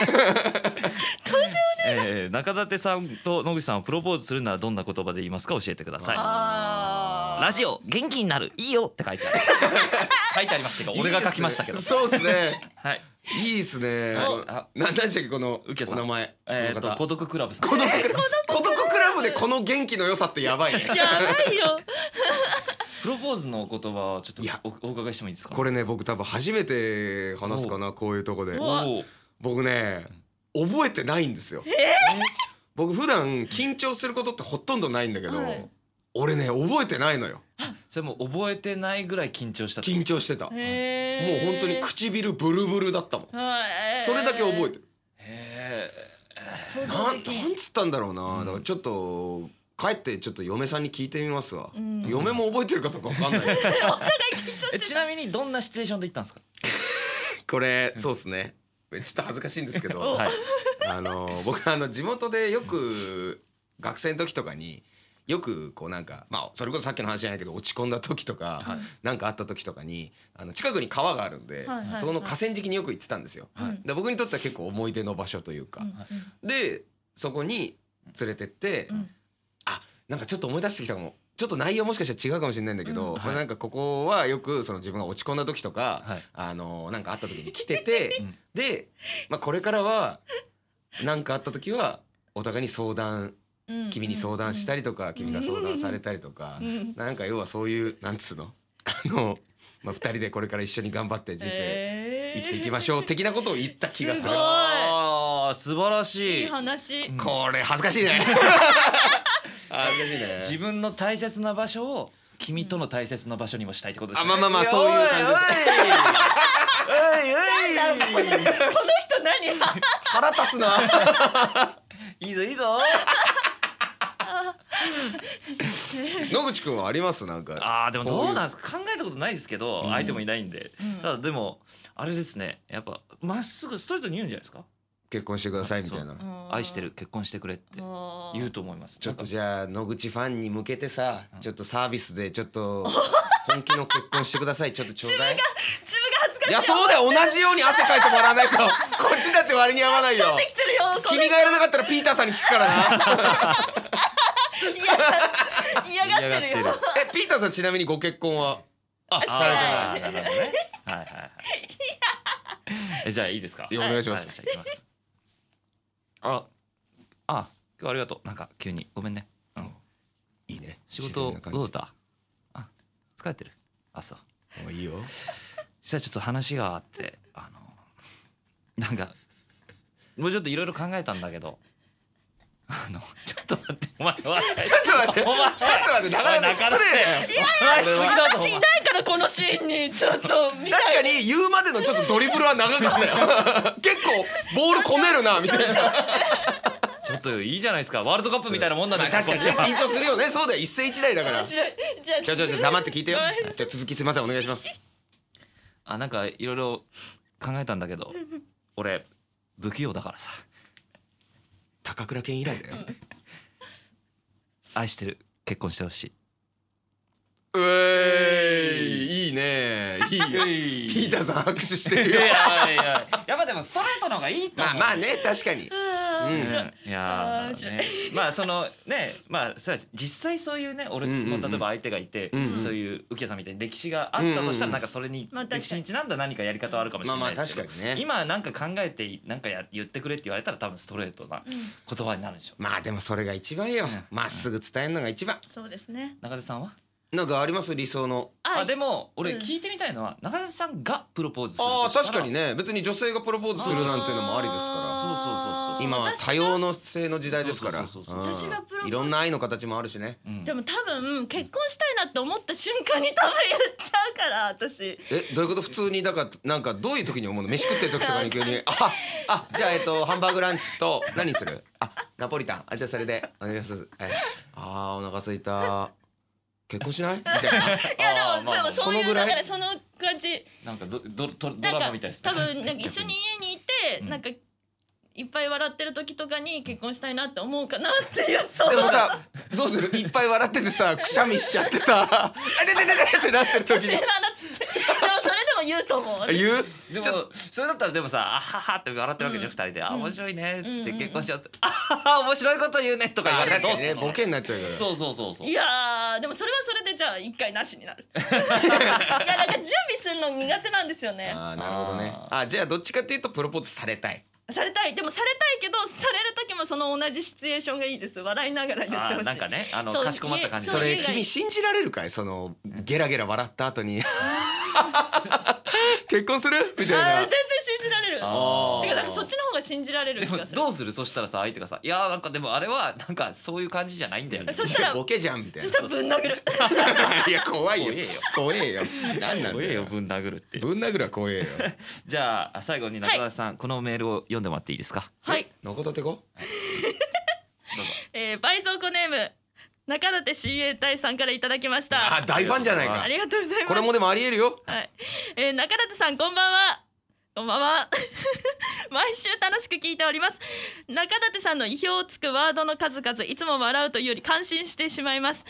Speaker 3: えー中舘さんと野口さんをプロポーズするならどんな言葉で言いますか教えてください
Speaker 2: あー
Speaker 3: ラジオ元気になるいいよって書いてあ る書いてありますけど 俺が書きましたけど
Speaker 1: いいですねそうですね
Speaker 3: はい
Speaker 1: いいですね
Speaker 3: はいあ
Speaker 1: 何でしたっけこの
Speaker 3: ウケさ
Speaker 1: お
Speaker 3: ん
Speaker 1: 名前
Speaker 3: え
Speaker 1: この
Speaker 3: ー、と
Speaker 1: 方
Speaker 3: 孤独クラブさん
Speaker 1: 孤独 クラブ孤独クラブでこの元気の良さってやばいね
Speaker 2: やば いよ
Speaker 3: プロポーズのお言葉をちょ
Speaker 1: いや
Speaker 3: っとおお伺いしてもいいですか
Speaker 1: これね僕多分初めて話すかなこういうとこで
Speaker 2: お
Speaker 3: おー
Speaker 1: 僕ね覚えてないんですよ僕普段緊張することってほとんどないんだけど、
Speaker 2: はい
Speaker 1: 俺ね覚えてないのよ
Speaker 3: それもう覚えてないぐらい緊張した
Speaker 1: 緊張してたもう
Speaker 2: へー
Speaker 1: 本当に唇ブルブルだったもん
Speaker 2: はい
Speaker 1: それだけ覚えてる
Speaker 3: へえ
Speaker 2: 想
Speaker 1: な
Speaker 2: 像
Speaker 1: ん
Speaker 2: できん
Speaker 1: なんつったんだろうな、
Speaker 3: うん
Speaker 1: だからちょっと帰ってちょっと嫁さんに聞いてみますわ、
Speaker 2: うん
Speaker 1: 嫁も覚えてるかどうかわかんないけど
Speaker 3: えちなみにどんなシチュエーションで行ったんですか
Speaker 1: これそうですねちょっと恥ずかしいんですけど、
Speaker 3: はい
Speaker 1: あの僕あの地元でよく学生の時とかによくこうなんかまあそれこそさっきの話じゃないけど落ち込んだ時とか、
Speaker 3: はい
Speaker 1: なんかあった時とかにあの近くに川があるんで、
Speaker 2: はいはいはい
Speaker 1: そこの河川敷によく行ってたんですよ。
Speaker 2: うん
Speaker 1: で僕にとっては結構思い出の場所というか、
Speaker 2: う
Speaker 1: でそこに連れてって、
Speaker 2: んうん
Speaker 1: なんかちょっと思い出してきたかもちょっと内容もしかしたら違うかもしれないんだけど、
Speaker 3: うん
Speaker 1: まあなんかここはよくその自分が落ち込んだ時とか、
Speaker 3: はい
Speaker 1: あのなんかあった時に来て て、
Speaker 3: うん
Speaker 1: で、まあ、これからはなんかあった時はお互いに相談
Speaker 2: うん
Speaker 1: 君に相談したりとか、君が相談されたりとか、
Speaker 2: うん
Speaker 1: なんか要はそういうなんつうの あの、まあ、2人でこれから一緒に頑張って人生
Speaker 2: へー
Speaker 1: 生きていきましょう的なことを言った気がす
Speaker 2: す
Speaker 1: る
Speaker 2: ご。い
Speaker 3: あー素晴らし
Speaker 2: い
Speaker 3: い
Speaker 2: い話
Speaker 3: うん
Speaker 1: これ恥ずかしい ね。恥ずかしいね
Speaker 3: 自分の大切な場所を君との大切な場所にもしたいってことです
Speaker 1: あ
Speaker 3: ね
Speaker 1: まあまあまあそういう感じです。
Speaker 3: じですおいおいおいおい
Speaker 2: この人何
Speaker 1: 腹立つな。
Speaker 3: いいぞいいぞ
Speaker 1: 野口くんはありますなんか。
Speaker 3: あーでも
Speaker 1: こういう
Speaker 3: どうなんですか考えたことないですけど、
Speaker 1: うん
Speaker 3: 相手もいないんで、
Speaker 2: うん
Speaker 3: ただでもあれですねやっぱまっすぐストレートに言うんじゃないですか
Speaker 1: 結婚してくださいみたいな。
Speaker 3: 愛してる結婚してくれって言うと思います
Speaker 1: ちょっと
Speaker 3: なんか
Speaker 1: じゃあ野口ファンに向けてさ
Speaker 3: うん、
Speaker 1: ちょっとサービスでちょっと本気の結婚してくださいちょっとちょうだい。
Speaker 2: 自分が恥ずかし
Speaker 1: い
Speaker 2: い
Speaker 1: やそうだよ同じように汗かいてもらわない とこっちだって割に合わないよ。
Speaker 2: できてるよこの
Speaker 1: 君がやらなかったらピーターさんに聞くから な。
Speaker 2: 嫌がってるよ
Speaker 3: 嫌がっ
Speaker 1: えピーターさんちなみにご結婚はあ
Speaker 2: 知らない
Speaker 1: さ
Speaker 3: あーなるほどねはいはいはいえじゃあいいですか
Speaker 1: いやお願いします
Speaker 3: はじゃあいきますああ今日ありがとうなんか急にごめんね、うん、
Speaker 1: れてる。いいね。
Speaker 3: 仕事
Speaker 1: 自然な感じ
Speaker 3: どうだったあ疲れてるあそう
Speaker 1: もういいよ。
Speaker 3: 実はちょっと話があってあのなんかもうちょっといろいろ考えたんだけどあのちょっと待ってお前 は
Speaker 1: ちょっと待って
Speaker 3: お前
Speaker 1: ちょっと待ってなかなか失礼だよ
Speaker 3: いや次だと思
Speaker 2: 私いないからこのシーンにちょっと見た
Speaker 1: 確かに言うまでのちょっとドリブルは長かったよ 結構ボールこねるなみたいな
Speaker 3: ちょっといいじゃないですかワールドカップみたいなもんなん
Speaker 1: ま
Speaker 3: で
Speaker 1: あ
Speaker 3: すよ
Speaker 1: 確かに
Speaker 3: こっ
Speaker 1: ね
Speaker 3: ち
Speaker 1: 緊
Speaker 3: は
Speaker 1: 張するよねそうだよ一世一代だ から
Speaker 2: 面
Speaker 1: ち
Speaker 2: 白いじゃあ
Speaker 1: ょちょちょ黙って聞いてよ
Speaker 2: はい
Speaker 1: じゃあ続きすいませんお願いし ます
Speaker 3: あなんかいろいろ考えたんだけど俺不器用だからさ
Speaker 1: 高倉健以来だよ
Speaker 3: 愛してる結婚してほしいう
Speaker 1: えいいいねいいよ ピーターさん拍手してる
Speaker 3: い
Speaker 1: よ
Speaker 3: やいややっぱでもストレートの方がいいと思
Speaker 1: まあ
Speaker 3: う
Speaker 1: まあね確かに
Speaker 2: うん
Speaker 1: うん
Speaker 3: いや
Speaker 2: あー
Speaker 3: ー、ね、まあそのねまあそれは実際そういうね俺
Speaker 1: うんうんう
Speaker 3: も
Speaker 1: ん
Speaker 3: 例えば相手がいて、
Speaker 1: うんうん
Speaker 3: そういう右京さんみたいに歴史があったとした
Speaker 1: うんうんうん
Speaker 3: らなんかそれに
Speaker 2: まあ確かに
Speaker 3: 歴史にちなんだ何かやり方はあるかもし
Speaker 1: まあま
Speaker 3: れな
Speaker 1: あ
Speaker 3: いです
Speaker 1: 確
Speaker 3: け
Speaker 1: か
Speaker 3: ど
Speaker 1: にね
Speaker 3: 今なんか考えてなんかや言ってくれって言われたら多分ストレートな
Speaker 2: うん
Speaker 3: 言葉になるでしょう。
Speaker 1: まあでもそれが一番よ
Speaker 3: うん
Speaker 1: まっすぐ伝えるのが一番
Speaker 2: そうですね
Speaker 3: 中田さんは、
Speaker 1: なんかあります理想の
Speaker 2: あ
Speaker 3: あでも俺
Speaker 2: うん
Speaker 3: 聞いてみたいのは中田さんがプロポーズする
Speaker 1: ああ
Speaker 3: としたら
Speaker 1: 確かにね別に女性がプロポーズするなんていうのもありですから
Speaker 2: あー
Speaker 1: 今は多様の性の時代ですから
Speaker 3: そうそうそうそう
Speaker 2: 私がプロポー
Speaker 1: う
Speaker 2: ズ
Speaker 1: んいろんな愛の形もあるしね
Speaker 3: うん
Speaker 2: でも多分結婚したいなって思った瞬間に多分言っちゃうから私
Speaker 1: えどういうこと普通にだからなんかどういう時に思うの飯食ってる時とかに急に「ああじゃあえっとハンバーグランチと何するあナポリタンあじゃあそれでお願いします」はい「あーお腹空すいた結婚しない?」みたいな。
Speaker 2: いやでも,、
Speaker 3: あーまあまあ
Speaker 2: でもそうい
Speaker 1: そのぐ
Speaker 2: う
Speaker 1: らい
Speaker 2: だからその感じ
Speaker 3: なんかどどドド
Speaker 2: な
Speaker 3: ラマ
Speaker 2: ん
Speaker 3: み
Speaker 2: か
Speaker 3: たいですね
Speaker 2: 多分なんか一緒に家にいて、
Speaker 3: うん
Speaker 2: なんかいっぱい笑ってる時とかに結婚したいなって思うかなっていうそう
Speaker 1: でもさどうするいっぱい笑っててさくしゃみしちゃってさ「あでででで」ってなってる時
Speaker 2: 知ら
Speaker 1: に
Speaker 2: なっつってでもそれでも言うと思う私
Speaker 1: 言う
Speaker 3: で
Speaker 1: ちょっ
Speaker 3: もそれだったらでもさ「あはは」って笑ってるわけじゃん
Speaker 2: うん
Speaker 3: 2人で「あ
Speaker 2: うん
Speaker 3: 面白いね」っつっ
Speaker 2: うんう
Speaker 3: て
Speaker 2: ん
Speaker 3: 結婚しようって「あはは面白いこと言うね」とか言われたら
Speaker 1: 確
Speaker 3: どう
Speaker 1: か
Speaker 3: す
Speaker 1: に
Speaker 3: る
Speaker 1: ね
Speaker 3: の
Speaker 1: ボケになっちゃうから
Speaker 3: そうそうそうそう
Speaker 2: いやーでもそれはそれでじゃあ一回なしにな るいやなんか準備するの苦手なんですよね
Speaker 1: あーなるほどね
Speaker 3: あ
Speaker 1: あじゃあどっちかっていうとプロポーズされたい
Speaker 2: されたいでもされたいけどされる時もその同じシチュエーションがいいです笑いながら言って
Speaker 3: あ
Speaker 2: ほしい
Speaker 3: なんかねあの
Speaker 2: そう
Speaker 3: かしこまった感じ
Speaker 1: そ
Speaker 2: そう
Speaker 1: れ
Speaker 2: いう以外
Speaker 1: 君信じられるかいそのゲラゲラ笑った後に 結婚するみたい
Speaker 2: あー全然信じられるだ
Speaker 3: あ
Speaker 1: あ
Speaker 2: か
Speaker 1: ー
Speaker 2: らなんかそっちの方が信じられる
Speaker 3: で
Speaker 2: 気
Speaker 3: も
Speaker 2: がする
Speaker 3: どうするそしたらさ相手がさ「いやーなんかでもあれはなんかそういう感じじゃないんだよね」
Speaker 2: そし
Speaker 1: な
Speaker 2: たら
Speaker 1: ボケじゃんみたい
Speaker 2: そしたらぶん殴る
Speaker 1: な いや怖い
Speaker 3: 怖
Speaker 1: よ
Speaker 3: えよ
Speaker 1: 怖えよ何なん
Speaker 3: 怖
Speaker 1: だ
Speaker 3: えよ
Speaker 1: よ
Speaker 3: ぶん殴るって
Speaker 1: ぶん殴るは怖えよ
Speaker 3: じゃあ最後に中田さんこのメールを読んでもらっていいですか
Speaker 2: はい、
Speaker 1: 中田てこ
Speaker 3: どうぞ
Speaker 2: えー、倍増子ネーム中立 CA 隊さんからいただきました
Speaker 1: あ大ファンじゃないか
Speaker 2: ありがとうございます
Speaker 1: これもでもありえるよ
Speaker 2: はい、えー、中立さんこんばんはこんばんは 毎週楽しく聞いております中立さんの意表をつくワードの数々いつも笑うというより感心してしまいます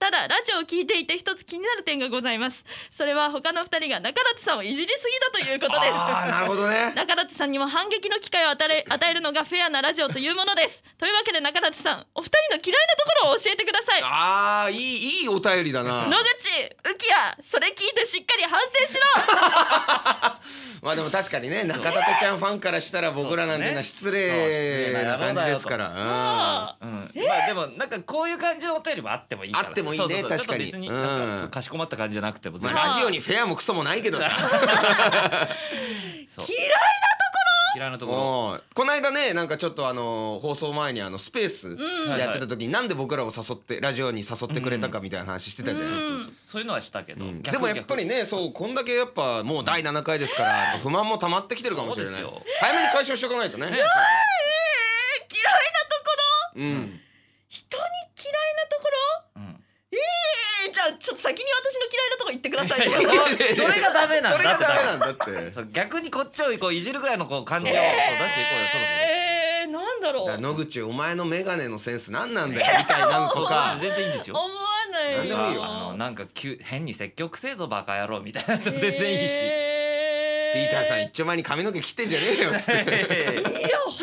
Speaker 2: ただラジオを聞いていて一つ気になる点がございますそれは他の二人が中立さんをいじりすぎだということです
Speaker 1: あーなるほど ね
Speaker 2: 中立さんにも反撃の機会を与え与えるのがフェアなラジオというものですというわけで中立さんお二人の嫌いなところを教えてください
Speaker 1: あーいいいいお便りだな
Speaker 2: 野口浮やそれ聞いてしっかり反省しろ
Speaker 1: まあでも確かにね中田ちゃんファンからしたら僕らなんてのは失礼な感じですからうん
Speaker 3: うんまあでもなんかこういう感じのお便りもあってもいいから
Speaker 1: あってもいいね
Speaker 3: そうそうそう
Speaker 1: 確かに
Speaker 3: ちょっと別になん
Speaker 1: うん
Speaker 3: かそうかしこまった感じじゃなくても
Speaker 1: ま
Speaker 3: 全
Speaker 1: あ、
Speaker 3: 然
Speaker 1: ラジオにフェアもクソもないけどさ
Speaker 2: 嫌い
Speaker 3: そう嫌いなところ
Speaker 1: もうこの間ねなんかちょっとあの放送前にあのスペース
Speaker 2: うん
Speaker 1: やってた時になんで僕らを誘ってラジオに誘ってくれたかみたいな話してたじゃ
Speaker 3: そう
Speaker 1: ない
Speaker 3: そう
Speaker 1: ですか
Speaker 3: そうそういうのはしたけど、
Speaker 1: うん
Speaker 3: 逆
Speaker 1: でもやっぱりねそうこんだけやっぱもう第7回ですから不満も溜まってきてるかもしれない
Speaker 3: そうですよ
Speaker 1: 早めに解消しておかないとね
Speaker 3: 逆ね
Speaker 2: えー嫌いなところ
Speaker 1: うん
Speaker 2: 人に嫌いなところ
Speaker 3: うん
Speaker 2: えー、じゃあちょっと先に私の嫌いなところ言ってください
Speaker 3: いやいや
Speaker 2: よ
Speaker 3: そうそれがダメな
Speaker 1: そ
Speaker 3: んだ
Speaker 1: れがダメなんだって
Speaker 3: そう逆にこっちをこういじるぐらいのこう感じを
Speaker 1: そう
Speaker 3: こう出していこうよそろ
Speaker 2: えー、なんだろ
Speaker 1: だ
Speaker 2: う
Speaker 1: から野口お前の眼鏡のセンス何なんだよみたいなの
Speaker 3: そ
Speaker 1: と
Speaker 3: ろそうそう
Speaker 1: か
Speaker 3: 全然いいんです
Speaker 2: 思
Speaker 3: よ
Speaker 2: わない
Speaker 1: なんでもいいよ
Speaker 3: あのなんか急変に積極せえぞバカ野郎みたいなやつ全然いいし、
Speaker 2: え
Speaker 1: ピーターさん一丁前に髪の毛切ってんじゃねえよ っつって
Speaker 2: いやほん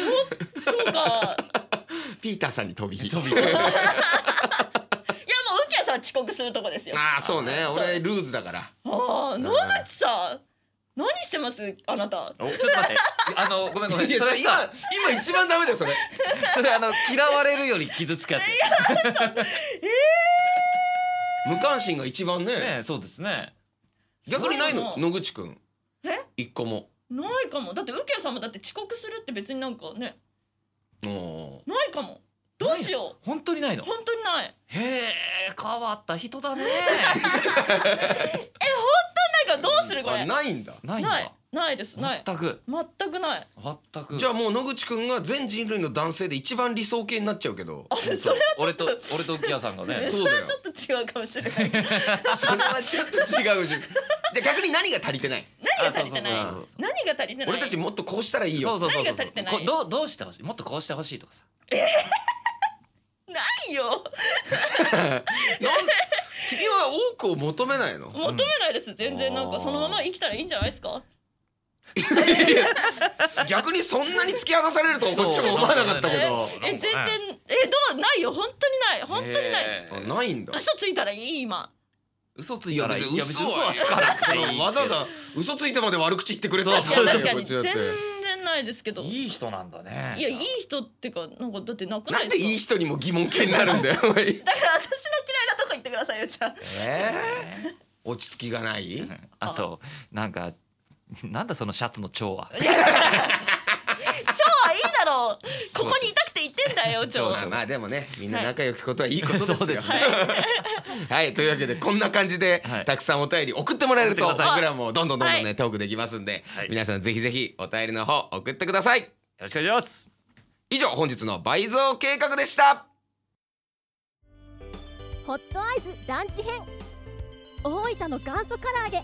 Speaker 2: そうか
Speaker 1: ピーターさんに飛び火
Speaker 3: 飛び込む
Speaker 2: いやもうウキヤさんは遅刻するとこですよ。
Speaker 1: ああそうね俺ルーズだから
Speaker 2: ああ野口さん何してますあなた。
Speaker 3: おちょっと待ってあのごめんごめん
Speaker 1: いや
Speaker 3: それ
Speaker 1: 今
Speaker 3: さ
Speaker 1: 今一番ダメだよそれ
Speaker 3: それあの嫌われるより傷つくやつ
Speaker 1: 無関心が一番ね
Speaker 3: ねそうですね
Speaker 1: 逆にないの
Speaker 2: そう
Speaker 1: 野口くん
Speaker 2: え
Speaker 1: 一個も
Speaker 2: ないかもだって右京さんもだって遅刻するって別になんかね
Speaker 1: お
Speaker 2: ないかもどうしよ
Speaker 3: 本当にないうの
Speaker 2: 本当にない
Speaker 3: へえ変わった 人だね
Speaker 2: なんかどうするこ
Speaker 1: ーあ
Speaker 2: れな
Speaker 1: ないんだ
Speaker 3: ない
Speaker 2: い
Speaker 3: ん
Speaker 2: ない
Speaker 3: だ
Speaker 2: ですない
Speaker 3: 全く
Speaker 2: 全くない
Speaker 3: 全く
Speaker 1: じゃあもう野口くんが全人類の男性で一番理想形になっちゃうけど
Speaker 2: それ
Speaker 3: 俺と俺とキアさん がね
Speaker 1: そうだよ
Speaker 2: ちょっと違うかもしれない
Speaker 1: それはちょっと違 うしじゃあ逆に何が足りてない
Speaker 2: 何が足りてない
Speaker 1: あそうそう
Speaker 2: 何が足りてない
Speaker 1: 俺たちもっとこうしたらいいよ
Speaker 3: そうそうそうそう
Speaker 2: 何が足りてない
Speaker 3: こどうどうしてほしいもっとこうしてほしいとかさ
Speaker 2: ない よ
Speaker 1: なん君は多くを求めないの
Speaker 2: 求めないです全然なん
Speaker 1: あ
Speaker 2: か
Speaker 1: ー
Speaker 2: そのまま生きたらいいんじゃないですか
Speaker 1: 逆にそんなに突き放されるとはこっちも思わなかったけど
Speaker 2: え全然えどうないよ本当にない本当にない
Speaker 3: へー
Speaker 1: あないんだ
Speaker 2: 嘘ついたらいい今
Speaker 3: 嘘つ
Speaker 1: い
Speaker 3: いた
Speaker 1: や
Speaker 3: ら
Speaker 1: 別
Speaker 3: い
Speaker 1: に
Speaker 3: いや別
Speaker 1: 嘘
Speaker 3: に嘘
Speaker 1: は
Speaker 3: はつかなくていいけど
Speaker 1: わざわざ嘘ついてまで悪口言ってくれたら
Speaker 3: そ
Speaker 2: いうや
Speaker 3: そ
Speaker 1: だ
Speaker 3: う
Speaker 2: 確
Speaker 1: よ
Speaker 2: か
Speaker 1: こっ
Speaker 2: に
Speaker 1: ちだ
Speaker 2: 全
Speaker 1: って
Speaker 2: 然ないですけどい
Speaker 3: いい人なんだね
Speaker 2: やいい人っていうかなんかだってなくな
Speaker 1: ないん
Speaker 2: です
Speaker 1: で
Speaker 2: か
Speaker 1: いい人にも疑問形になるんだよ
Speaker 2: だから私の嫌いなとこ言ってくださいよじゃあ
Speaker 1: えー落ち着きがない
Speaker 3: あとなんかなんだそのシャツの蝶は
Speaker 2: 蝶はいいだろうここにいたくて言ってん だよ蝶
Speaker 3: 蝶
Speaker 1: まあまあでもねみんな仲良きことはいいことですよ、
Speaker 3: そうですね
Speaker 1: はいというわけでこんな感じで、
Speaker 3: はい
Speaker 1: たくさんお便り送ってもらえると
Speaker 3: 送ってくださ
Speaker 1: 僕らもどんどんどんどんね、
Speaker 2: はい
Speaker 1: トークできますんで、
Speaker 3: はい
Speaker 1: 皆さんぜひぜひお便りの方送ってください
Speaker 3: よろしくお願いします
Speaker 1: 以上本日の倍増計画でした
Speaker 4: ホットアイズランチ編大分の元祖唐揚げ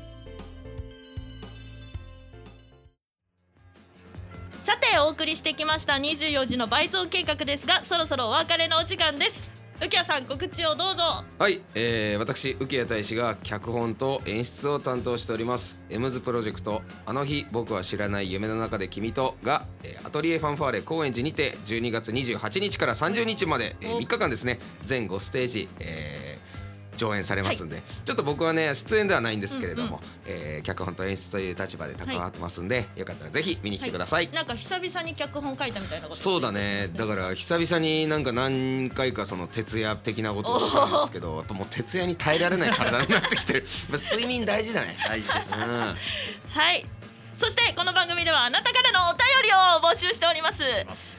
Speaker 2: さてお送りしてきました24時の倍増計画ですがそろそろお別れのお時間です右京さん告知をどうぞ
Speaker 1: はい、えー、私浮谷大使が脚本と演出を担当しておりますエムズプロジェクト「あの日僕は知らない夢の中で君と」が、えーアトリエファンファーレ高円寺にて12月28日から30日まで、えー
Speaker 2: お
Speaker 1: 3日間ですね全5ステージ、えー上演されますんで、ちょっと僕はね出演ではないんですけれども、えー脚本と演出という立場で関わってますんで、よかったらぜひ見に来てください。
Speaker 2: なんか久々に脚本書いたみたいなこと
Speaker 1: そうだねだからら久々になんか何回かその徹夜的なことをしたんですけどやっぱもう徹夜に耐えられない体になってき てるやっぱ睡眠大事だね
Speaker 3: 大事です
Speaker 1: うん
Speaker 2: はいそしてこの番組ではあなたからのお便りを募集しております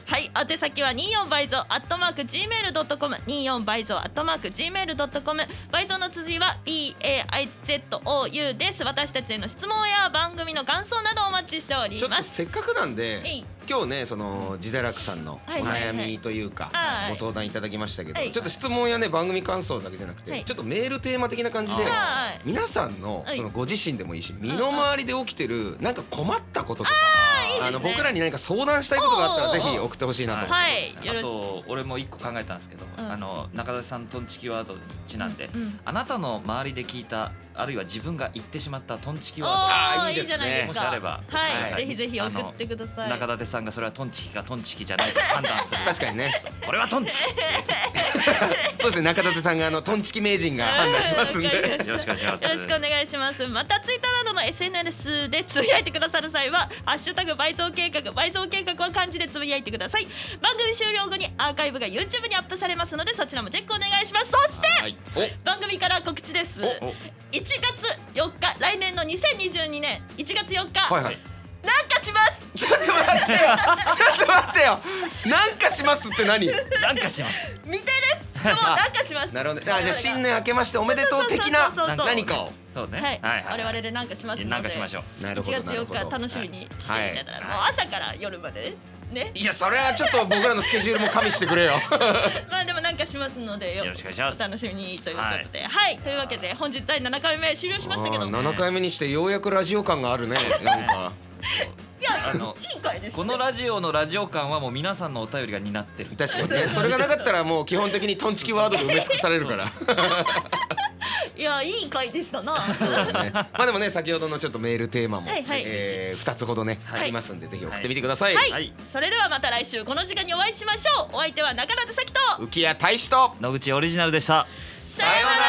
Speaker 2: はい宛先は24倍増アットマーク gmail.com 24倍増アットマーク gmail.com 倍増の綴りは BAIZOU です私たちへの質問や番組の感想などお待ちしており
Speaker 1: ちょっ
Speaker 2: ま
Speaker 1: と
Speaker 2: す
Speaker 1: せっかくなん
Speaker 2: え
Speaker 1: で
Speaker 2: い
Speaker 1: 今日ねその自堕落さんのお
Speaker 2: はいはいはい
Speaker 1: 悩みというか
Speaker 2: はい
Speaker 1: ご相談いただきましたけど
Speaker 2: はい
Speaker 1: ちょっと質問やね番組感想だけじゃなく
Speaker 2: は
Speaker 1: て
Speaker 2: い
Speaker 1: ちょっとメールテーマ的な感じで
Speaker 3: あー
Speaker 2: はい
Speaker 1: 皆さんの
Speaker 2: はい
Speaker 1: そのご自身でもいいし身の回りで起きてるなんか困ったこととか
Speaker 2: いいですね
Speaker 1: あの僕らに何か相談したいことがあったらぜひ送ってほしいなと思います。
Speaker 2: はいよろし
Speaker 3: あ
Speaker 2: く
Speaker 3: と俺も一個考えたんですけど、
Speaker 2: うん
Speaker 3: あの中田さんとんちきワードにちなんで、
Speaker 2: ううん
Speaker 3: あなたの周りで聞いたあるいは自分が言ってしまったとんちきワ
Speaker 2: あ
Speaker 1: あー
Speaker 2: ー
Speaker 1: いい
Speaker 2: い
Speaker 1: ですね
Speaker 2: いじゃない
Speaker 3: ー
Speaker 2: です
Speaker 3: ドもし
Speaker 2: か
Speaker 3: あれば、
Speaker 2: は
Speaker 1: はいい
Speaker 2: ぜひぜひ送ってください
Speaker 3: 中舘さんがそれはトンチキかトンチキじゃないか判 断する
Speaker 1: 確かにね
Speaker 3: これはトンチ
Speaker 1: そうですね中立さんがあのトンチキ名人が判断しますん
Speaker 2: わかりま
Speaker 1: で
Speaker 2: した
Speaker 3: キよろしくお願いします
Speaker 2: よろしくお願いします。またツイッターなどの SNS でつぶやいてくださる際は「ハッシュタグ倍増計画」倍増計画は漢字でつぶやいてください。番組終了後にアーカイブが YouTube にアップされますのでそちらもチェックお願いします。そして
Speaker 1: はいお
Speaker 2: 番組から告知です。1
Speaker 1: お
Speaker 2: 月4日来年の2022年1月4日、
Speaker 1: はいはい
Speaker 2: なんかします。
Speaker 1: ちょっと待ってよちょっと待ってよなんかしますって何
Speaker 3: なんかします
Speaker 2: 未定 です。でもなんかします。
Speaker 1: なるほどあじゃあ新
Speaker 2: 年
Speaker 1: 年明けましておめでとう的
Speaker 2: そうそうそう
Speaker 1: な
Speaker 2: そう
Speaker 1: 何かを
Speaker 3: そうね
Speaker 2: はい、我々でなんかしますので。
Speaker 3: なんかしましょう
Speaker 1: な
Speaker 2: 1
Speaker 1: るほど
Speaker 2: 月
Speaker 1: なるほど
Speaker 2: 4日楽しみにしていただいたら、もう朝から夜までね。
Speaker 1: いやそれはちょっと僕らのスケジュールも加味してくれよ
Speaker 2: まあでもなんかしますので
Speaker 3: よろしくお願いします
Speaker 2: お楽しみにということで、はい、というわけで本日第7回目終了しましたけど、
Speaker 1: あー
Speaker 2: い
Speaker 1: 7回目にしてようやくラジオ感がある ねなんか
Speaker 2: や
Speaker 3: あの
Speaker 2: いい回でした
Speaker 3: このラジオのラジオ感はもう皆さんのお便りが担ってる
Speaker 1: 確 かにねそれがなかったらもう基本的にトンチキワードで埋め尽くされるから
Speaker 2: いいやいい回でしたな
Speaker 1: そうですね。まあでもね先ほどのちょっとメールテーマも、
Speaker 2: はいはい
Speaker 1: えー二つほどね、
Speaker 2: はい
Speaker 1: ありますんでぜひ送ってみてください。
Speaker 2: はい
Speaker 3: はい
Speaker 2: それではまた来週この時間にお会いしましょうお相手は中田でさきと
Speaker 1: 浮谷大使と
Speaker 3: 野口オリジナルでした
Speaker 2: さ
Speaker 1: ようなら